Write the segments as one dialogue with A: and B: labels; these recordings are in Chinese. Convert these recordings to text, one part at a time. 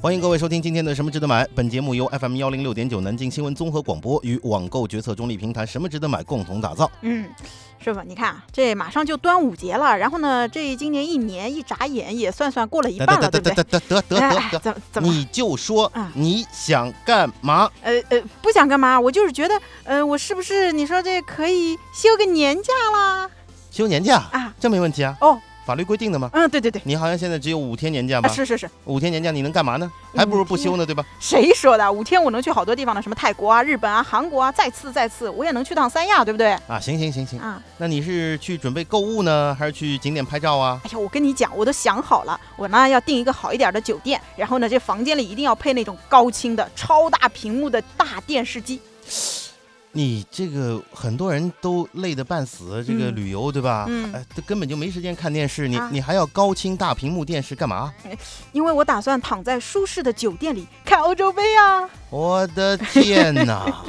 A: 欢迎各位收听今天的《什么值得买》，本节目由 FM 幺零六点九南京新闻综合广播与网购决策中立平台“什么值得买”共同打造。
B: 嗯，师傅，你看啊，这马上就端午节了，然后呢，这今年一年一眨眼也算算过了一
A: 得
B: 半了，
A: 得
B: 对
A: 得
B: 不
A: 得
B: 对？
A: 得得得得
B: 哎，
A: 得
B: 怎么
A: 得，
B: 怎么
A: 你就说
B: 啊
A: 你想干嘛？
B: 呃呃，不想干嘛？我就是觉得，呃，我是不是你说这可以休个年假啦？
A: 休年假
B: 啊？
A: 这没问题啊，
B: 哦，
A: 法律规定的嘛。
B: 嗯，对对对，
A: 你好像现在只有五天年假
B: 啊，
A: 吧？
B: 是是是，
A: 五天年假你能干嘛呢？还不如不休呢，对吧？
B: 谁说的？五天我能去好多地方呢，什么泰国啊、日本啊、韩国啊，再次再次，我也能去趟三亚，对不对？
A: 啊，行行行行，
B: 啊，
A: 那你是去准备购物呢，还是去景点拍照啊？
B: 哎呀，我跟你讲，我都想好了，我呢要订一个好一点的酒店，然后呢，这房间里一定要配那种高清的、超大屏幕的大电视机。
A: 你这个很多人都累得半死，这个
B: 嗯
A: 旅游对吧？
B: 嗯
A: 哎，这根本就没时间看电视，你
B: 啊
A: 你还要高清大屏幕电视干 嘛？
B: 因为我打算躺在舒适的酒店里看欧洲杯啊。
A: 我的天 哪，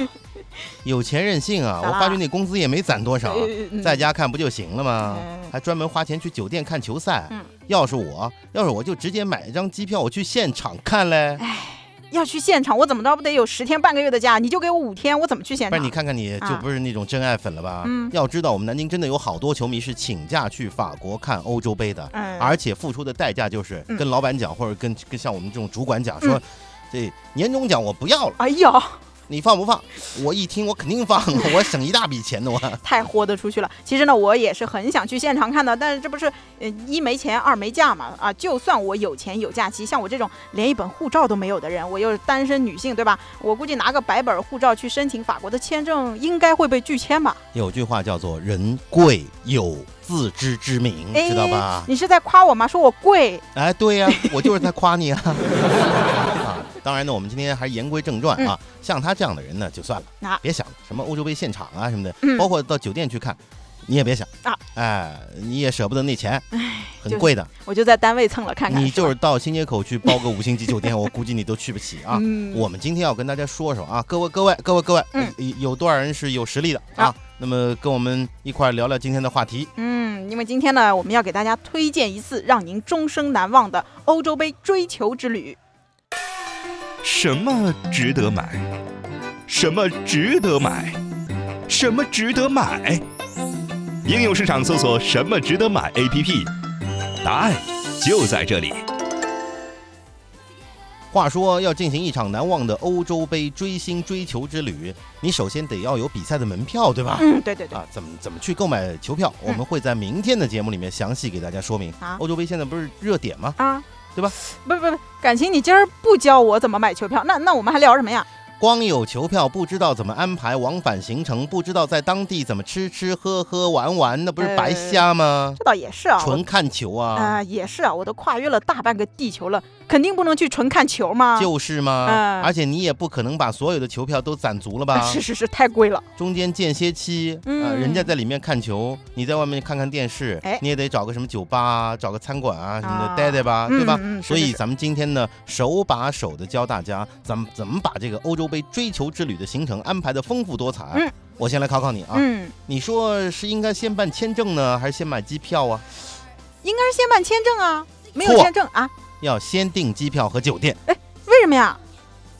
A: 有钱任性啊！
B: 咋
A: 我
B: 啦
A: 发觉你工资也没攒多少，
B: 呃
A: 在，家看不就行了吗？
B: 嗯
A: 还专门花钱去酒店看球赛。
B: 嗯
A: 要是我，要是我就直接买一张机票，我去现场看嘞。
B: 嗯要去现场，我怎么着不得有十天半个月的假？你就给我五天，我怎么去现
A: 不是
B: 场？
A: 你看看你就
B: 啊
A: 不是那种真爱粉了吧？
B: 嗯
A: 要知道我们南京真的有好多球迷是请假去法国看欧洲杯的，
B: 嗯
A: 而且付出的代价就是
B: 嗯
A: 跟老板讲，或者跟跟像我们这种主管讲说
B: 嗯，
A: 这年终奖我不要了，
B: 哎呦，
A: 你放不放？我一听我肯定放，啊我省一大笔钱的我。
B: 太豁得出去了。其实呢，我也是很想去现场看的，但是这不是，呃，一没钱，二没假嘛。啊，就算我有钱有假期，像我这种连一本护照都没有的人，我又是单身女性，对吧？我估计拿个白本护照去申请法国的签证，应该会被拒签吧？
A: 有句话叫做“人贵有自知之明”，
B: 哎
A: 知道吧？
B: 你是在夸我吗？说我贵？
A: 哎，对呀、我就是在夸你啊。 啊，当然呢，我们今天还是言归正传啊。像他这样的人呢，就算了，
B: 嗯啊
A: 别想了，什么欧洲杯现场啊什么的，
B: 嗯
A: 包括到酒店去看，你也别想
B: 啊。
A: 哎，你也舍不得那钱，很
B: 就是
A: 贵的。
B: 我就在单位蹭了看看。
A: 你就是
B: 吧
A: 是到新街口去包个五星级酒店，我估计你都去不起啊。
B: 嗯
A: 我们今天要跟大家说说啊，各位各位各位各位，
B: 嗯
A: 有有多少人是有实力的啊
B: 啊？
A: 那么跟我们一块儿聊聊今天的话题。
B: 嗯，因为今天呢，我们要给大家推荐一次让您终生难忘的欧洲杯追求之旅。
C: 什么值得买？什么值得买？什么值得买？应用市场搜索“什么值得买 ”APP，答案就在这里。
A: 话说，要进行一场难忘的欧洲杯追星追求之旅，你首先得要有比赛的门票，对吧？
B: 嗯，对对对，
A: 啊，怎么怎么去购买球票？我们会在明天的节目里面详细给大家说明。
B: 啊
A: 欧洲杯现在不是热点吗？
B: 啊，
A: 对吧？
B: 不不不，感情你今儿不教我怎么买球票，那那我们还聊什么呀？
A: 光有球票，不知道怎么安排往返行程，不知道在当地怎么吃吃喝喝玩玩，那不是白瞎吗？
B: 这倒也是啊，我
A: 纯看球啊，
B: 呃啊、也是啊，我都跨越了大半个地球了，肯定不能去纯看球嘛。
A: 就是嘛。
B: 啊嗯
A: 而且你也不可能把所有的球票都攒足了吧？
B: 是是是，太贵了。
A: 中间间歇期，啊，
B: 嗯
A: 人家在里面看球，你在外面看看电视，
B: 哎
A: 你也得找个什么酒吧啊，找个餐馆啊什么的
B: 啊
A: 待待吧，
B: 嗯
A: 对吧？
B: 嗯是
A: 所
B: 是
A: 以
B: 是
A: 咱们今天呢，手把手的教大家，咱们怎么把这个欧洲杯追求之旅的行程安排的丰富多彩。
B: 嗯
A: 我先来考考你啊，
B: 嗯，
A: 你说是应该先办签证呢，还是先买机票啊？
B: 应该是先办签证啊，没有
A: 错
B: 签证啊？
A: 要先订机票和酒店。
B: 为什么呀？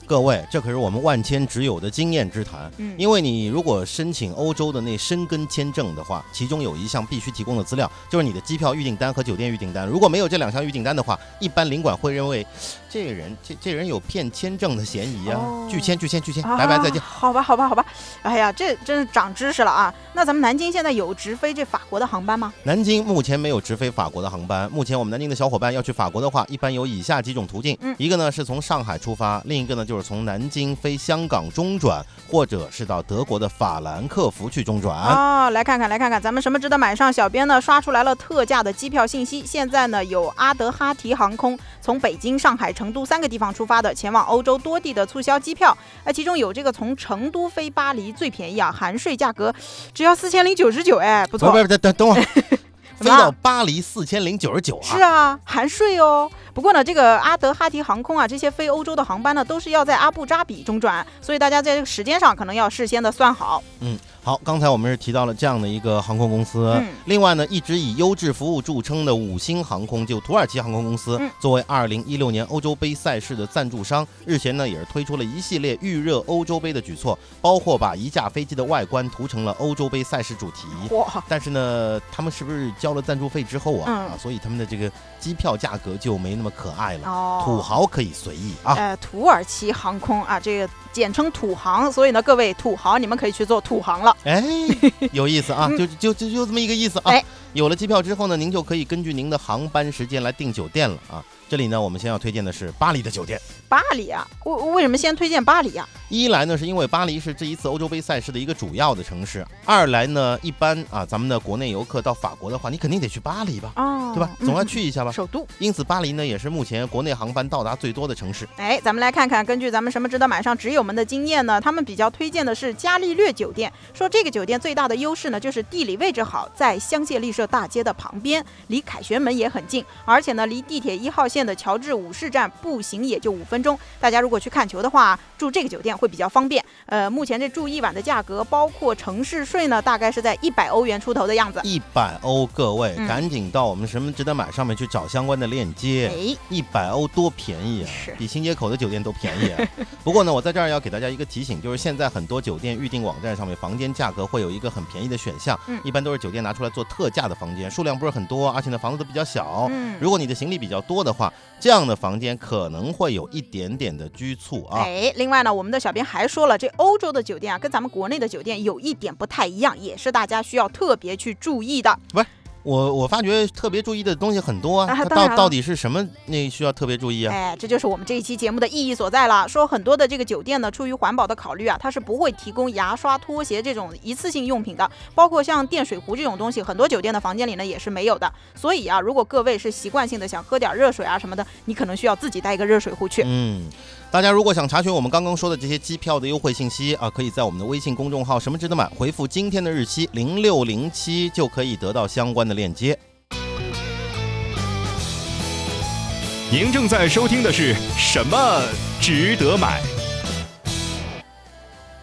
A: 各位，这可是我们万千只有的经验之谈。
B: 嗯
A: 因为你如果申请欧洲的那申根签证的话，其中有一项必须提供的资料就是你的机票预订单和酒店预订单。如果没有这两项预订单的话，一般领馆会认为这个人这这人有骗签证的嫌疑啊，
B: 哦
A: 拒签拒签拒签，
B: 啊
A: 拜拜再见。
B: 好吧，好吧，好吧。哎呀，这真是长知识了啊！那咱们南京现在有直飞这法国的航班吗？
A: 南京目前没有直飞法国的航班。目前我们南京的小伙伴要去法国的话，一般有以下几种途径：
B: 嗯
A: 一个呢是从上海出发，另一个呢就是从南京飞香港中转，或者是到德国的法兰克福去中转。
B: 哦，来看看，来看看，咱们什么值得买上？小编呢刷出来了特价的机票信息。现在呢有阿德哈提航空从北京、上海、成都三个地方出发的前往欧洲多地的促销机票，哎，其中有这个从成都飞巴黎最便宜啊，含税价格只要四千零九十九，哎，不
A: 不是
B: 错
A: 不。是，等等等会儿，飞
B: 怎么了
A: 到巴黎四千零九十九啊！
B: 是啊，含税哦。不过呢，这个阿德哈提航空啊，这些飞欧洲的航班呢，都是要在阿布扎比中转，所以大家在这个时间上可能要事先的算好。
A: 好，刚才我们是提到了这样的一个航空公司，
B: 嗯
A: 另外呢，一直以优质服务著称的五星航空，就土耳其航空公司，
B: 嗯
A: 作为2016年欧洲杯赛事的赞助商，日前呢也是推出了一系列预热欧洲杯的举措，包括把一架飞机的外观涂成了欧洲杯赛事主题。
B: 哇，
A: 但是呢，他们是不是交了赞助费之后啊，
B: 嗯
A: 啊所以他们的这个机票价格就没那么可爱了？
B: 哦，
A: 土豪可以随意啊！
B: 呃，土耳其航空啊，这个简称土航，所以呢，各位土豪，你们可以去做土航了。
A: 哎，有意思啊，就就就就这么一个意思啊
B: 嗯哎。
A: 有了机票之后呢，您就可以根据您的航班时间来订酒店了啊。这里呢，我们先要推荐的是巴黎的酒店。
B: 巴黎啊，为为什么先推荐巴黎啊？
A: 一来呢，是因为巴黎是这一次欧洲杯赛事的一个主要的城市；二来呢，一般啊，咱们的国内游客到法国的话，你肯定得去巴黎吧，
B: 哦，
A: 对吧？总要
B: 嗯、
A: 去一下吧。
B: 首都。
A: 因此，巴黎呢也是目前国内航班到达最多的城市。
B: 哎，咱们来看看，根据咱们什么值得买上直友们的经验呢，他们比较推荐的是伽利略酒店，说这个酒店最大的优势呢，就是地理位置好，在香榭丽舍大街的旁边，离凯旋门也很近，而且呢，离地铁一号线的乔治五世站步行也就五分钟。大家如果去看球的话，住这个酒店会比较方便。呃，目前这住一晚的价格，包括城市税呢，大概是在一百欧元出头的样子。
A: 一百欧，各位，
B: 嗯
A: 赶紧到我们什么值得买上面去找相关的链接。
B: 哎，
A: 一百欧多便宜啊
B: 是！
A: 比新街口的酒店都便宜、啊。 不过呢，我在这儿要给大家一个提醒，就是现在很多酒店预订网站上面房间价格会有一个很便宜的选项，
B: 嗯
A: 一般都是酒店拿出来做特价的房间，数量不是很多，而且呢房子都比较小。
B: 嗯，
A: 如果你的行李比较多的话，这样的房间可能会有一点点的拘促啊。
B: 哎，另外呢，我们的小编还说了，这欧洲的酒店啊，跟咱们国内的酒店有一点不太一样，也是大家需要特别去注意的。
A: 我我发觉特别注意的东西很多啊，
B: 啊
A: 它
B: 当然
A: 到
B: 了
A: 到底是什么那需要特别注意啊？
B: 哎，这就是我们这一期节目的意义所在了。说很多的这个酒店呢，出于环保的考虑啊，它是不会提供牙刷、拖鞋这种一次性用品的，包括像电水壶这种东西，很多酒店的房间里呢也是没有的。所以啊，如果各位是习惯性的想喝点热水啊什么的，你可能需要自己带一个热水壶去。
A: 嗯，大家如果想查询我们刚刚说的这些机票的优惠信息啊，可以在我们的微信公众号“什么值得买”回复今天的日期零六零七，就可以得到相关的链接。
C: 您正在收听的是什么值得买？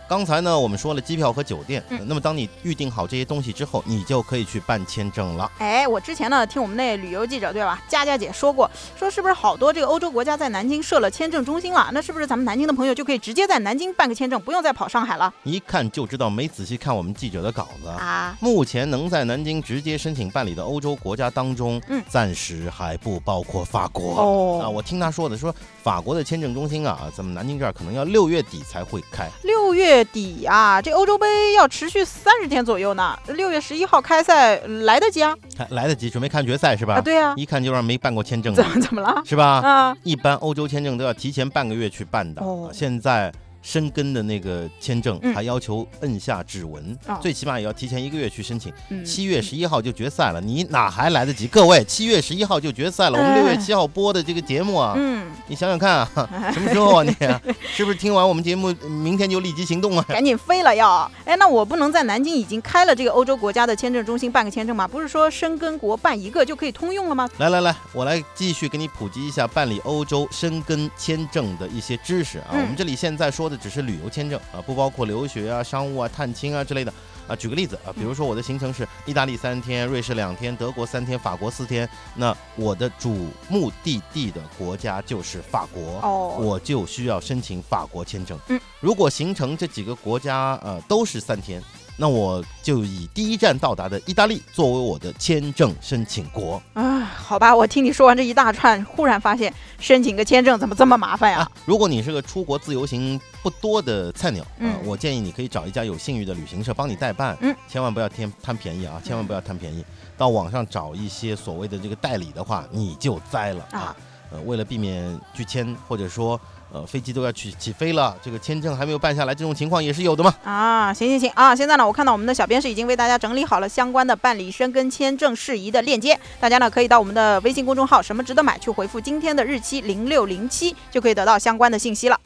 A: 刚才呢，我们说了机票和酒店，
B: 嗯
A: 呃那么当你预定好这些东西之后，你就可以去办签证了。
B: 哎，我之前呢听我们那旅游记者对吧，佳佳姐说过，说是不是好多这个欧洲国家在南京设了签证中心了？那是不是咱们南京的朋友就可以直接在南京办个签证，不用再跑上海了
A: 一看就知道没仔细看我们记者的稿子啊。
B: 啊？
A: 目前能在南京直接申请办理的欧洲国家当中，
B: 嗯
A: 暂时还不包括法国。啊，
B: 哦，
A: 我听他说的，说法国的签证中心啊，咱们南京这儿可能要六月底才会开。
B: 六月底啊，这欧洲杯要持续三十天左右呢，六月十一号开赛来得及啊？
A: 还来得及，准备看决赛是吧？嗯
B: 啊，对啊，
A: 一看就让没办过签证
B: 怎
A: 的，
B: 么怎么了？
A: 是吧？
B: 啊，
A: 一般欧洲签证都要提前半个月去办的，啊
B: 哦
A: 现在。申根的那个签证
B: 嗯
A: 还要求摁下指纹，
B: 哦
A: 最起码也要提前一个月去申请。
B: 嗯
A: 七、月十一号就决赛了，你哪还来得及？各位，七月十一号就决赛了，我们
B: 哎
A: 六月七号播的这个节目啊，
B: 嗯，
A: 你想想看啊，什么时候啊你啊是不是听完我们节目明天就立即行动啊？
B: 赶紧飞了要。哎，那我不能在南京已经开了这个欧洲国家的签证中心办个签证吗？不是说申根国办一个就可以通用了吗？
A: 来来来，我来继续给你普及一下办理欧洲申根签证的一些知识啊。
B: 嗯
A: 我们这里现在说的只是旅游签证啊，不包括留学啊、商务啊、探亲啊之类的啊。举个例子
B: 嗯
A: 啊，比如说我的行程是意大利三天、瑞士两天、德国三天、法国四天，那我的主目的地的国家就是法国。
B: 哦，
A: 我就需要申请法国签证。
B: 嗯，
A: 如果行程这几个国家呃都是三天，那我就以第一站到达的意大利作为我的签证申请国。
B: 啊，好吧，我听你说完这一大串，忽然发现申请个签证怎么这么麻哎烦呀、
A: 啊，如果你是个出国自由行不多的菜鸟，
B: 嗯
A: 啊我建议你可以找一家有信誉的旅行社帮你代办，
B: 嗯，
A: 千万不要贪贪便宜啊，千万不要贪便宜，到网上找一些所谓的这个代理的话，你就栽了
B: 啊
A: 啊。呃，为了避免拒签，或者说呃飞机都要去起飞了，这个签证还没有办下来，这种情况也是有的嘛。
B: 啊，行行行啊，现在呢，我看到我们的小编是已经为大家整理好了相关的办理申根签证事宜的链接，大家呢可以到我们的微信公众号“什么值得买”去回复今天的日期零六零七，就可以得到相关的信息了。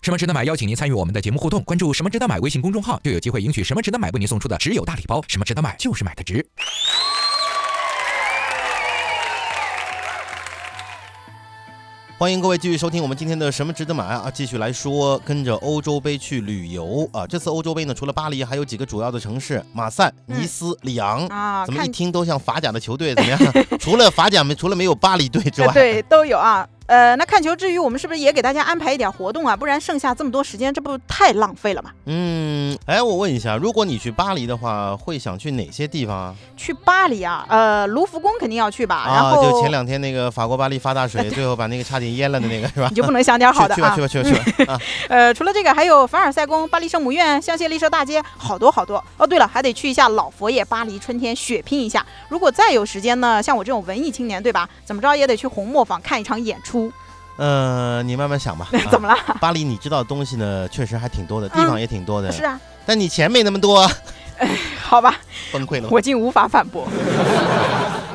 D: 什么值得买？邀请您参与我们的节目互动，关注“什么值得买”微信公众号，就有机会赢取“什么值得买”为您送出的只有大礼包。什么值得买？就是买的值。
A: 欢迎各位继续收听我们今天的什么值得买啊！继续来说，跟着欧洲杯去旅游啊！这次欧洲杯呢，除了巴黎，还有几个主要的城市：马赛、
B: 嗯
A: 尼斯、里昂。
B: 啊，
A: 怎么
B: 看
A: 一听都像法甲的球队？怎 么样？除了法甲没，除了没有巴黎队之外，
B: 呃对，都有啊。呃，那看球之余，我们是不是也给大家安排一点活动啊？不然剩下这么多时间，这不太浪费了吗？
A: 嗯，哎，我问一下，如果你去巴黎的话，会想去哪些地方啊？
B: 去巴黎啊，呃，卢浮宫肯定要去吧，然
A: 啊，
B: 后
A: 就前两天那个法国巴黎发大水，最后把那个差点淹了的 那个是吧
B: 你？就不能想点好的
A: 去
B: 啊？
A: 去吧，去吧，去 吧，去吧！啊，
B: 呃，除了这个，还有凡尔赛宫、巴黎圣母院、香榭丽舍大街，好多好多。哦，对了，还得去一下老佛爷巴黎春天血拼一下。如果再有时间呢，像我这种文艺青年，对吧？怎么着也得去红磨坊看一场演出。
A: 呃，你慢慢想吧。啊
B: 怎么了？
A: 巴黎你知道的东西呢，确实还挺多的，地方也挺多的，
B: 是啊，
A: 但你钱没那么多啊，
B: 好吧，
A: 崩溃了吧。
B: 我竟无法反
A: 啊
B: 驳。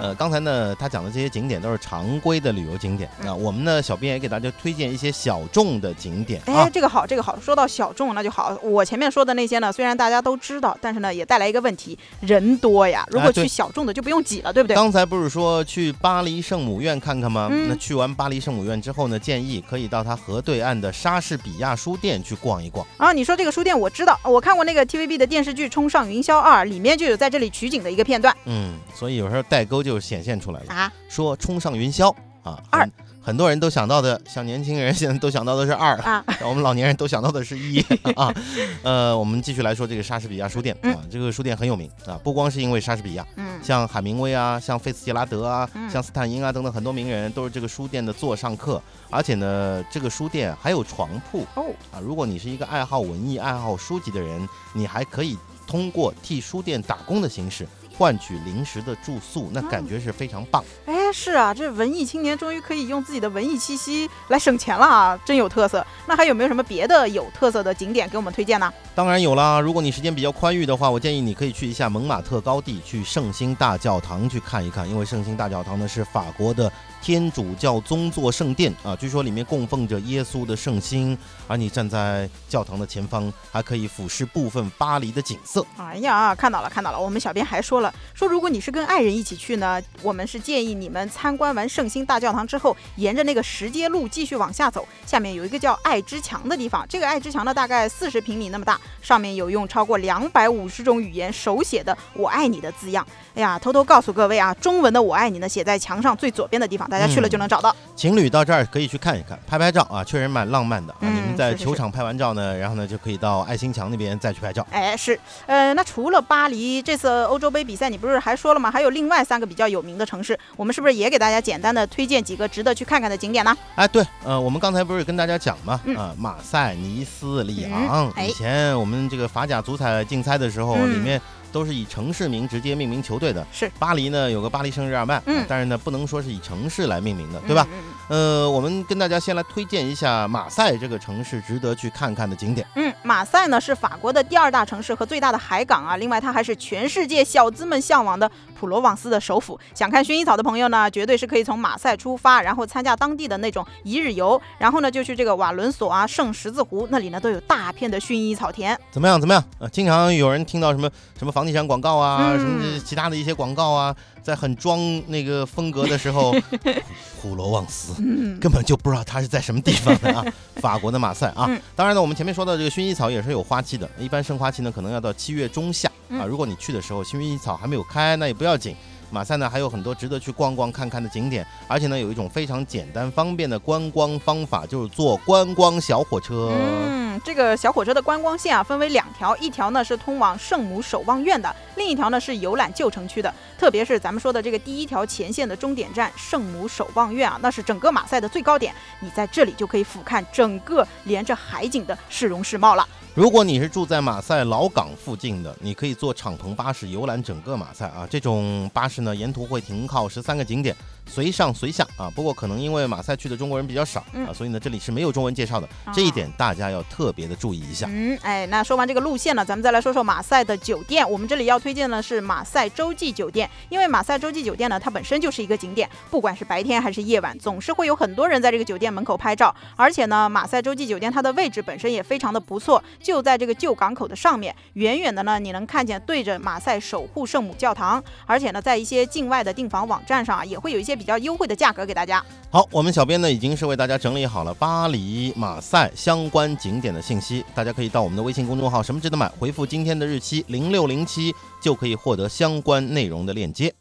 A: 呃，刚才呢，他讲的这些景点都是常规的旅游景点，
B: 嗯
A: 那我们呢，小编也给大家推荐一些小众的景点
B: 哎
A: 啊，。
B: 这个好，这个好。说到小众，那就好。我前面说的那些呢，虽然大家都知道，但是呢，也带来一个问题：人多呀。如
A: 哎
B: 果
A: 对
B: 去小众的，就不用挤了，对不对？
A: 刚才不是说去巴黎圣母院看看吗？
B: 嗯
A: 那去完巴黎圣母院之后呢，建议可以到它河对岸的莎士比亚书店去逛一逛。
B: 啊，你说这个书店我知道，哦我看过那个 TVB 的电视剧《冲上云霄二》，里面就有在这里取景的一个片段
A: 嗯，所以有时候代沟就显现出来了。
B: 啊。
A: 说冲上云霄啊，
B: 二
A: 很很多人都想到的，像年轻人现在都想到的是二
B: 啊，
A: 像 我们老年人都想到的是 一啊。呃，我们继续来说这个莎士比亚书店啊，这个书店很有名啊，不光是因为莎士比亚，
B: 嗯，
A: 像海明威啊，像菲茨杰拉德啊，
B: 嗯
A: 像斯坦因啊等等很多名人都是这个书店的座上客，而且呢，这个书店还有床铺
B: 哦，
A: 啊。如果你是一个爱好文艺、爱好书籍的人，你还可以通过替书店打工的形式换取临时的住宿，那感觉是非常棒。
B: 哎，是啊，这文艺青年终于可以用自己的文艺气息来省钱了啊，真有特色。那还有没有什么别的有特色的景点给我们推荐呢？
A: 当然有啦，如果你时间比较宽裕的话，我建议你可以去一下蒙马特高地，去圣心大教堂去看一看，因为圣心大教堂呢是法国的天主教宗座圣殿啊，据说里面供奉着耶稣的圣心，而你站在教堂的前方，还可以俯视部分巴黎的景色。
B: 哎呀，看到了，看到了，我们小编还说了，说如果你是跟爱人一起去呢，我们是建议你们参观完圣心大教堂之后，沿着那个石阶路继续往下走，下面有一个叫爱之墙的地方，这个爱之墙呢大概四十平米那么大，上面有用超过两百五十种语言手写的“我爱你”的字样。哎呀，偷偷告诉各位啊，中文的“我爱你”呢写在墙上最左边的地方，大家去了就能找到。
A: 情侣到这儿可以去看一看，拍拍照啊，确实蛮浪漫的啊。
B: 嗯
A: 你们在
B: 是是
A: 球场拍完照呢，然后呢就可以到爱心墙那边再去拍照。
B: 哎，是，呃，那除了巴黎，这次欧洲杯比赛你不是还说了吗？还有另外三个比较有名的城市，我们是不是也给大家简单的推荐几个值得去看看的景点呢？
A: 哎，对，呃，我们刚才不是跟大家讲嘛，
B: 嗯
A: 啊，马赛、尼斯、里
B: 嗯
A: 昂，
B: 哎
A: 以前我们这个法甲足彩竞猜的时候，
B: 嗯
A: 里面都是以城市名直接命名球队的。
B: 是
A: 巴黎呢有个巴黎圣日耳曼，啊
B: 嗯
A: 但是呢不能说是以城市来命名的，对吧？
B: 嗯？嗯
A: 呃，我们跟大家先来推荐一下马赛这个城市值得去看看的景点。
B: 嗯，马赛呢是法国的第二大城市和最大的海港啊，另外它还是全世界小资们向往的普罗旺斯的首府。想看薰衣草的朋友呢，绝对是可以从马赛出发，然后参加当地的那种一日游，然后呢就去这个瓦伦索啊、圣十字湖那里呢都有大片的薰衣草田。
A: 怎么样？怎么样？呃，经常有人听到什么什么房地产广告啊，
B: 嗯
A: 什么其他的一些广告啊，在很装那个风格的时 候，普普罗旺斯
B: 嗯
A: 根本就不知道它是在什么地方的 啊，法国的马赛啊
B: 嗯。
A: 当然呢，我们前面说到这个薰衣草也是有花期的，一般盛花期呢可能要到七月中下啊。
B: 嗯
A: 如果你去的时候薰衣草还没有开，那也不要紧。马赛呢还有很多值得去逛逛看看的景点，而且呢有一种非常简单方便的观光方法，就是坐观光小火车。
B: 嗯，这个小火车的观光线啊，分为两条，一条呢是通往圣母守望院的，另一条呢是游览旧城区的。特别是咱们说的这个第一条前线的终点站圣母守望院啊，那是整个马赛的最高点，你在这里就可以俯瞰整个连着海景的市容市貌了。
A: 如果你是住在马赛老港附近的，你可以坐敞篷巴士游览整个马赛啊。这种巴士呢，沿途会停靠十三个景点，随上随下啊。不过可能因为马赛去的中国人比较少啊，
B: 嗯
A: 所以呢这里是没有中文介绍的，这一点大家要特别的注意一下。
B: 嗯，哎，那说完这个路线呢，咱们再来说说马赛的酒店。我们这里要推荐的是马赛洲际酒店，因为马赛洲际酒店呢，它本身就是一个景点，不管是白天还是夜晚，总是会有很多人在这个酒店门口拍照。而且呢，马赛洲际酒店它的位置本身也非常的不错，就在这个旧港口的上面，远远的呢，你能看见对着马赛守护圣母教堂。而且呢，在一些境外的订房网站上啊，也会有一些些比较优惠的价格给大家。
A: 好，我们小编呢已经是为大家整理好了巴黎、马赛相关景点的信息，大家可以到我们的微信公众号“什么值得买”回复今天的日期零六零七，就可以获得相关内容的链接。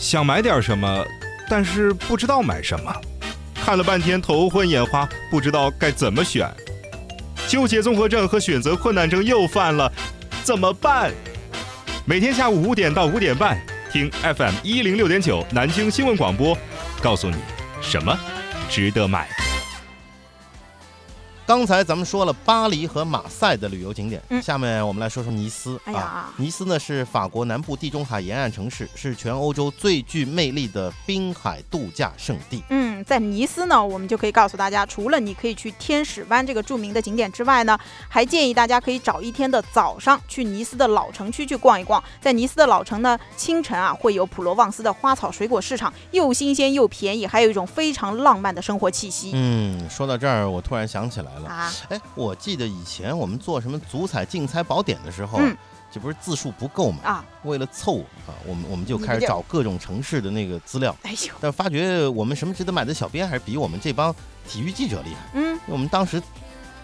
C: 想买点什么，但是不知道买什么，看了半天头昏眼花，不知道该怎么选，纠结综合症和选择困难症又犯了，怎么办？每天下午五点到五点半，听 FM 一零六点九南京新闻广播，告诉你什么值得买。
A: 刚才咱们说了巴黎和马赛的旅游景点，
B: 嗯
A: 下面我们来说说尼斯。
B: 哎呀
A: 啊，尼斯呢是法国南部地中海沿岸城市，是全欧洲最具魅力的滨海度假胜地。
B: 嗯，在尼斯呢，我们就可以告诉大家，除了你可以去天使湾这个著名的景点之外呢，还建议大家可以找一天的早上去尼斯的老城区去逛一逛。在尼斯的老城呢，清晨啊会有普罗旺斯的花草水果市场，又新鲜又便宜，还有一种非常浪漫的生活气息、
A: 嗯，说到这儿，我突然想起来了，
B: 啊。
A: 哎，我记得以前我们做什么足彩竞猜宝典的时候啊，
B: 嗯
A: 这不是字数不够嘛，
B: 啊，
A: 为了凑啊，我们我们就开
B: 你
A: 始
B: 这
A: 找各种城市的那个资料，
B: 哎呦，
A: 但发觉我们什么值得买的小编还是比我们这帮体育记者厉害，
B: 嗯，
A: 因为我们当时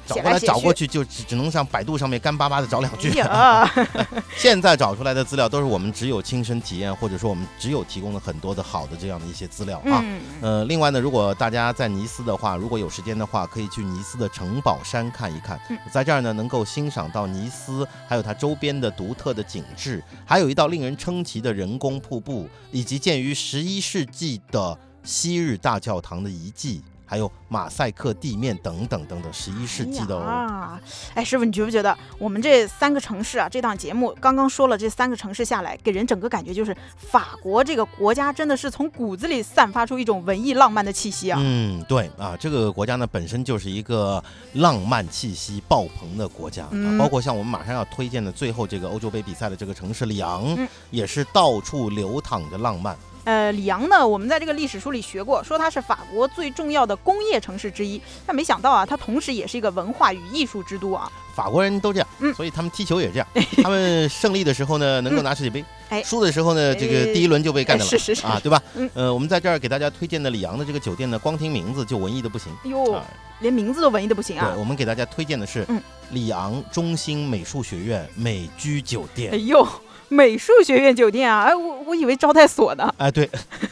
A: 找
B: 写
A: 过
B: 来
A: 来
B: 写
A: 找过去就只只能上百度上面干巴巴的找两句。
B: 哎呀
A: 现在找出来的资料都是我们只有亲身体验，或者说我们只有提供了很多的好的这样的一些资料啊。
B: 嗯，
A: 呃，另外呢，如果大家在尼斯的话，如果有时间的话，可以去尼斯的城堡山看一看
B: 嗯，
A: 在这儿呢能够欣赏到尼斯还有它周边的独特的景致，还有一道令人称奇的人工瀑布，以及建于十一世纪的昔日大教堂的遗迹，还有马赛克地面等等等等，十一世纪的
B: 哎
A: 哦。
B: 呀哎，师傅，你觉不觉得我们这三个城市啊，这档节目刚刚说了，这三个城市下来，给人整个感觉就是法国这个国家真的是从骨子里散发出一种文艺浪漫的气息啊。
A: 嗯，对啊，这个国家呢本身就是一个浪漫气息爆棚的国家，
B: 嗯
A: 啊、包括像我们马上要推荐的最后这个欧洲杯比赛的这个城市里昂，
B: 嗯
A: 也是到处流淌着浪漫。
B: 呃，里昂呢，我们在这个历史书里学过，说它是法国最重要的工业城市之一，但没想到啊，它同时也是一个文化与艺术之都啊。
A: 法国人都这样，
B: 嗯
A: 所以他们踢球也 这样。他们胜利的时候呢，能够拿世界杯；
B: 哎
A: 输的时候呢，这个第一轮就被干掉了、
B: 哎是是是
A: 啊，对吧？
B: 嗯
A: 呃，我们在这儿给大家推荐的里昂的这个酒店呢，光听名字就文艺的不行。
B: 哎呦
A: 啊，
B: 连名字都文艺的不行
A: 对
B: 啊，。
A: 我们给大家推荐的是
B: 嗯
A: 里昂中心美术学院美居酒店
B: 哎。呦，美术学院酒店啊，哎，我我以为招待所呢。
A: 哎， 对，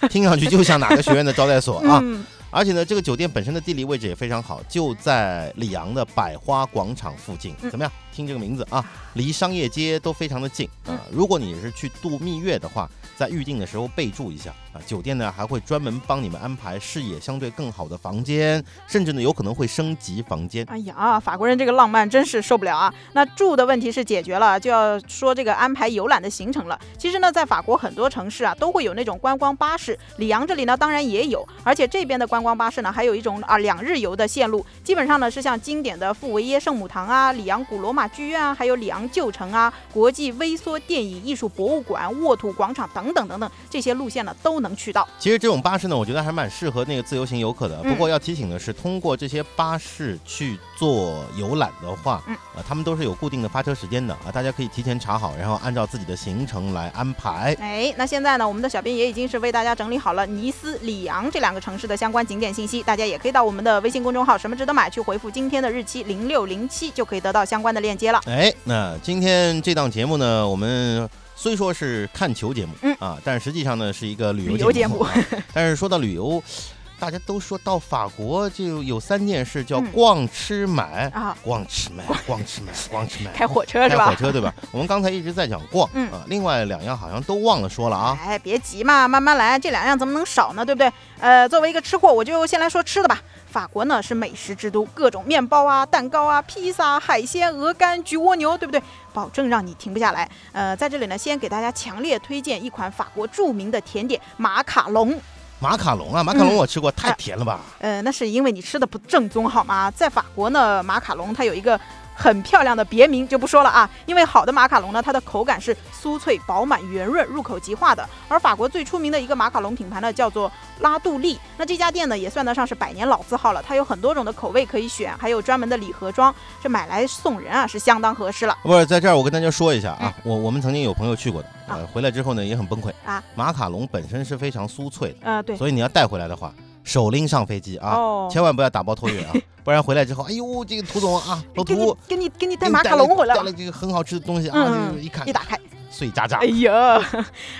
A: 听上去就像哪个学院的招待所啊！
B: 嗯，
A: 而且呢，这个酒店本身的地理位置也非常好，就在里昂的百花广场附近。
B: 嗯
A: 怎么样？听这个名字啊，离商业街都非常的近啊、
B: 嗯
A: 如果你是去度蜜月的话，在预定的时候备注一下啊。酒店呢还会专门帮你们安排视野相对更好的房间，甚至呢有可能会升级房间。
B: 哎呀，法国人这个浪漫真是受不了啊！那住的问题是解决了，就要说这个安排游览的行程了。其实呢，在法国很多城市啊，都会有那种观光巴士，里昂这里呢当然也有，而且这边的观光巴士呢，还有一种啊两日游的线路，基本上呢是像经典的富维耶圣母堂啊、里昂古罗马剧院啊，还有里昂旧城啊、国际微缩电影艺术博物馆、沃土广场等等等等这些路线呢都能去到。
A: 其实这种巴士呢，我觉得还蛮适合那个自由行游客的。
B: 嗯
A: 不过要提醒的是，通过这些巴士去做游览的话，
B: 嗯
A: 呃，他们都是有固定的发车时间的啊，大家可以提前查好，然后按照自己的行程来安排。
B: 哎，那现在呢，我们的小编也已经是为大家整理好了尼斯、里昂这两个城市的相关景点信息，大家也可以到我们的微信公众号“什么值得买”去回复今天的日期零六零七，就可以得到相关的链接了。
A: 哎，那今天这档节目呢，我们。虽说是看球节目，
B: 嗯
A: 啊，但实际上呢是一个旅游
B: 旅游节目
A: 啊但是说到旅游，大家都说到法国就有三件事叫
B: 嗯
A: 逛、吃、买，
B: 啊，
A: 逛、吃、买，逛、吃、买，逛、吃、买。
B: 开火车是
A: 开火
B: 吧？
A: 车 对吧？我们刚才一直在讲逛，
B: 嗯
A: 啊，另外两样好像都忘了说了啊。
B: 哎，别急嘛，慢慢来，这两样怎么能少呢？对不对？呃，作为一个吃货，我就先来说吃的吧。法国呢是美食之都，各种面包啊、蛋糕啊、披萨啊、海鲜、鹅肝、焗蜗牛，对不对？保证让你停不下来。呃，在这里呢，先给大家强烈推荐一款法国著名的甜点马卡龙。
A: 马卡龙啊，马卡龙
B: 嗯
A: 我吃过，太甜了吧？
B: 呃，那是因为你吃的不正宗好吗？在法国呢，马卡龙它有一个很漂亮的别名就不说了啊，因为好的马卡龙呢，它的口感是酥脆、饱满、圆润、入口即化的。而法国最出名的一个马卡龙品牌呢，叫做拉杜利。那这家店呢，也算得上是百年老字号了，它有很多种的口味可以选，还有专门的礼盒装，这买来送人啊是相当合适了。
A: 不是在这儿，我跟大家说一下啊，我我们曾经有朋友去过的，
B: 嗯啊
A: 呃，回来之后呢也很崩溃
B: 啊。
A: 马卡龙本身是非常酥脆的，
B: 呃，对，
A: 所以你要带回来的话，手拎上飞机啊，
B: 哦，
A: 千万不要打包托 运啊，不然回来之后，哎呦，这个涂总啊，老
B: 给你
A: 涂。
B: 给你给你带
A: 给你
B: 马卡龙回来
A: 带
B: 了
A: 了，这个很好吃的东西啊，
B: 嗯
A: 就是一看
B: 一打开。
A: 碎渣渣
B: 哎。呀，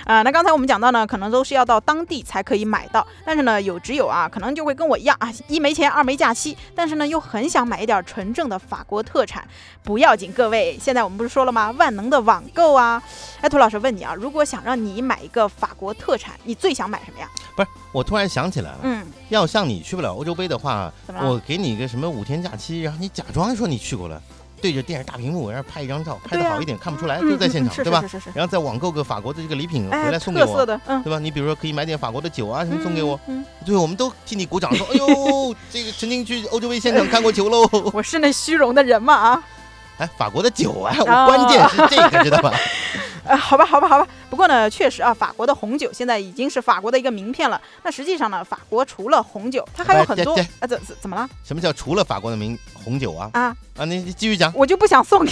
B: 啊，那刚才我们讲到呢，可能都是要到当地才可以买到，但是呢，有只有啊，可能就会跟我一样啊，一没钱，二没假期，但是呢，又很想买一点纯正的法国特产。不要紧，各位，现在我们不是说了吗？万能的网购啊！哎，涂老师问你啊，如果想让你买一个法国特产，你最想买什么呀？
A: 我突然想起来了，
B: 嗯，
A: 要像你去不了欧洲杯的话，
B: 怎么
A: 我
B: 了？
A: 给你一个什么五天假期，然后你假装说你去过了，对着电视大屏幕，然后拍一张照，拍的
B: 对啊
A: 好一点看不出来，
B: 嗯
A: 就哎在现
B: 嗯嗯
A: 场，
B: 是
A: 对吧
B: 是？是是是。
A: 然后再网购个法国的这个礼品回
B: 哎，
A: 来送给
B: 特色
A: 我，
B: 的，嗯，
A: 对吧？你比如说可以买点法国的酒啊什么送给我，
B: 嗯。嗯
A: 对，我们都替你鼓掌， 说哎呦，这个曾经去欧洲杯现场看过球喽。
B: 嗯我是那虚荣的人嘛啊！
A: 哎，法国的酒啊，我
B: 哦
A: 关键是这个，知道吧？
B: 呃，好吧，好吧，好吧。不过呢，确实啊，法国的红酒现在已经是法国的一个名片了。那实际上呢，法国除了红酒，它还有
A: 哎
B: 很
A: 这
B: 多
A: 这
B: 啊，怎怎怎么了
A: 什么叫除了法国的名红酒啊？
B: 啊？
A: 啊，你你继续讲
B: 我就不想送你。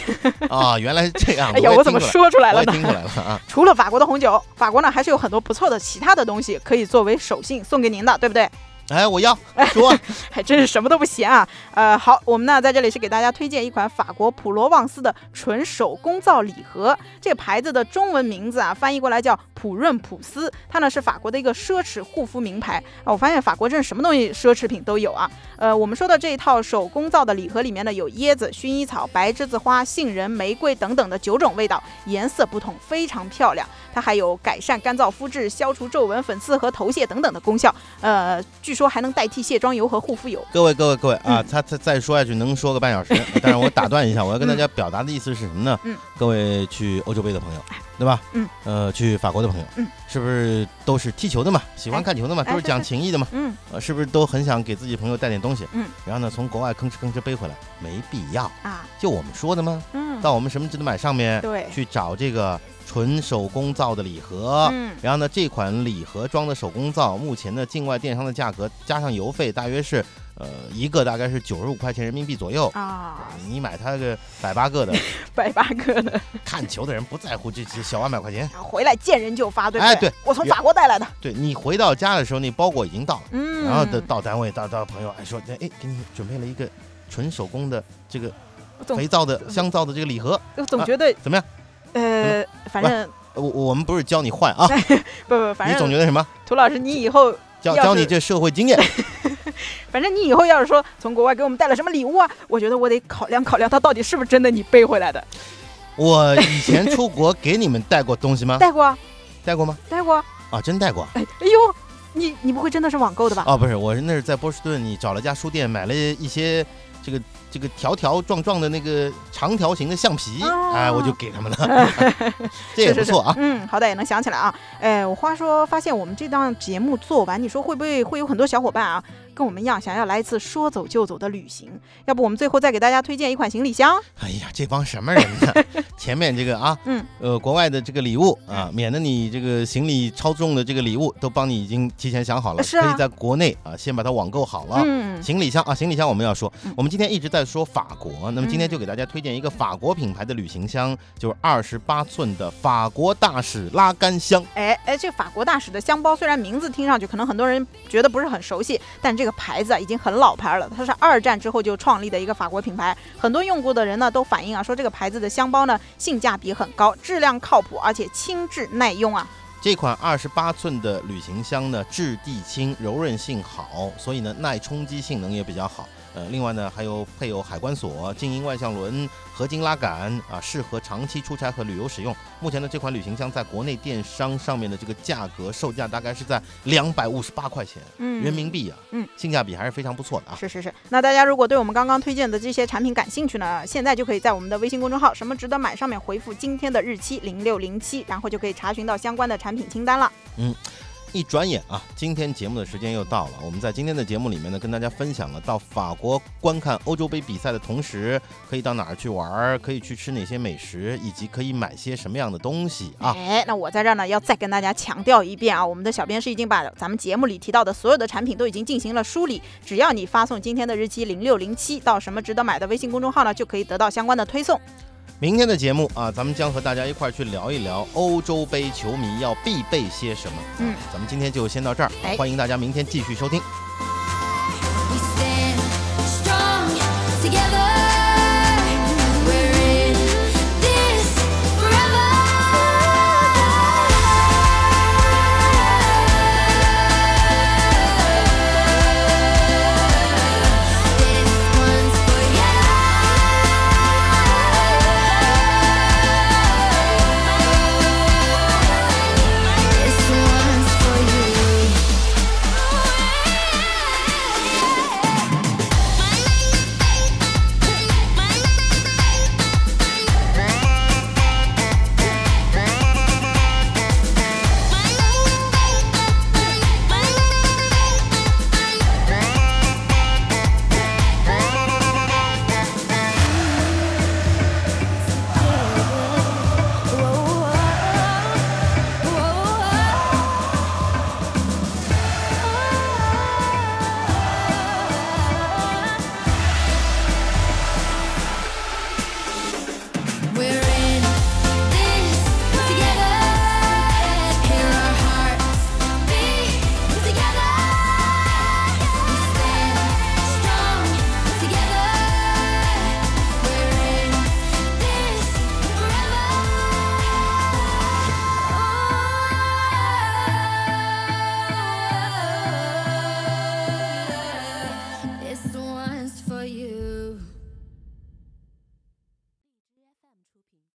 A: 啊，原来是这样。
B: 哎呀，
A: 我
B: 我
A: 也听
B: 怎么
A: 过来
B: 说出来
A: 我
B: 了
A: 也
B: 呢？
A: 听过来了啊。
B: 除了法国的红酒，法国呢还是有很多不错的其他的东西可以作为手信送给您的，对不对？
A: 哎，我要说啊，
B: 还真是什么都不嫌啊。呃，好，我们呢在这里是给大家推荐一款法国普罗旺斯的纯手工皂礼盒。这个牌子的中文名字啊，翻译过来叫普润普斯，它呢是法国的一个奢侈护肤名牌啊。我发现法国真是什么东西奢侈品都有啊。呃，我们说的这一套手工皂的礼盒里面呢，有椰子、薰衣草、白栀子花、杏仁、玫瑰等等的九种味道，颜色不同，非常漂亮。它还有改善干燥肤质、消除皱纹、粉刺和头屑等等的功效。呃，据说还能代替卸妆油和护肤油。
A: 各位各位各位啊，
B: 嗯
A: 他他再说下去能说个半小 时，但是我打断一下，我要跟大家表达的意思是什么呢？
B: 嗯，
A: 各位去欧洲杯的朋友，对吧？
B: 嗯，
A: 呃，去法国的朋友，
B: 嗯，
A: 是不是都是踢球的嘛？喜欢
B: 哎
A: 看球的嘛？
B: 哎
A: 都是
B: 是
A: 讲
B: 是
A: 情义的嘛？
B: 嗯，
A: 呃，是不是都很想给自己朋友带点东西？
B: 嗯，
A: 然后呢，从国外吭哧吭哧背回来，没必要。
B: 啊，
A: 就我们说的吗？
B: 嗯，
A: 到我们什么值得买上面
B: 对，
A: 去找这个纯手工皂的礼盒。
B: 嗯，
A: 然后呢，这款礼盒装的手工皂，目前的境外电商的价格加上邮费，大约是呃一个大概是九十五块钱人民币左右。
B: 啊，
A: 你买它个百八个的，
B: 百八个的，
A: 看球的人不在乎这这小两百块钱。
B: 回来见人就发，对不
A: 哎
B: 对
A: 对，
B: 我从法国带来的。
A: 对你回到家的时候，那包裹已经到了，
B: 嗯，
A: 然后到到单位到到朋友，哎说哎给你准备了一个纯手工的这个
B: 总
A: 肥皂的香皂的这个礼盒。
B: 我总
A: 啊
B: 觉得
A: 怎么样？
B: 呃，反正
A: 呃我我们不是教你换啊，
B: 不不，反
A: 你总
B: 正
A: 觉得什么？
B: 涂老师，你以后
A: 教
B: 要
A: 教
B: 是
A: 你这社会经验。
B: 反正你以后要是说从国外给我们带了什么礼物啊，我觉得我得考量考量，它到底是不是真的你背回来的。
A: 我以前出国给你们带过东西吗？
B: 带过啊，
A: 带过吗？
B: 带过啊。
A: 啊，真带过啊。
B: 哎哎呦，你你不会真的是网购 的吧？
A: 哦，不是，我是那是在波士顿，你找了家书店，买了一些这个这个条条状状的那个长条形的橡皮，
B: 哦
A: 哎，我就给他们 了，这也
B: 是
A: 不
B: 是是
A: 错啊。
B: 嗯，好歹也能想起来啊。哎，我话说，发现我们这档节目做完，你说会不会会有很多小伙伴啊，跟我们一样想要来一次说走就走的旅行？要不我们最后再给大家推荐一款行李箱？
A: 哎呀，这帮什么人呢？ 前面这个啊，
B: 嗯，
A: 呃，国外的这个礼物啊，免得你这个行李超重的这个礼物都帮你已经提前想好了，
B: 是啊
A: 可以在国内啊先把它网购好了。
B: 嗯，
A: 行李箱啊，行李箱我们要说
B: 嗯，
A: 我们今天一直在说法国，那么今天
B: 嗯
A: 就给大家推荐一个法国品牌的旅行箱，就是二十八寸的法国大使拉杆箱。
B: 哎哎，这法国大使的箱包虽然名字听上去可能很多人觉得不是很熟悉，但这个牌子啊已经很老牌了，它是二战之后就创立的一个法国品牌。很多用过的人呢都反映啊，说这个牌子的箱包呢性价比很高，质量靠谱，而且轻质耐用啊。
A: 这款二十八寸的旅行箱呢，质地轻，柔韧性好，所以呢耐冲击性能也比较好。呃，另外呢还有配有海关锁、静音万向轮、合金拉杆啊，适合长期出差和旅游使用。目前呢这款旅行箱在国内电商上面的这个价格售价大概是在两百五十八块钱
B: 嗯，
A: 人民币啊，
B: 嗯，
A: 性价比还是非常不错的啊。
B: 是是是，那大家如果对我们刚刚推荐的这些产品感兴趣呢，现在就可以在我们的微信公众号“什么值得买”上面回复今天的日期零六零七，然后就可以查询到相关的产品清单了。
A: 一转眼啊，今天节目的时间又到了。我们在今天的节目里面呢，跟大家分享了到法国观看欧洲杯比赛的同时，可以到哪儿去玩儿，可以去吃哪些美食，以及可以买些什么样的东西啊。
B: 哎，那我在这儿呢，要再跟大家强调一遍啊，我们的小编是已经把咱们节目里提到的所有的产品都已经进行了梳理，只要你发送今天的日期零六零七到什么值得买的微信公众号呢，就可以得到相关的推送。
A: 明天的节目啊，咱们将和大家一块儿去聊一聊欧洲杯球迷要必备些什么。啊
B: 嗯，
A: 咱们今天就先到这儿，
B: 哎
A: 欢迎大家明天继续收听，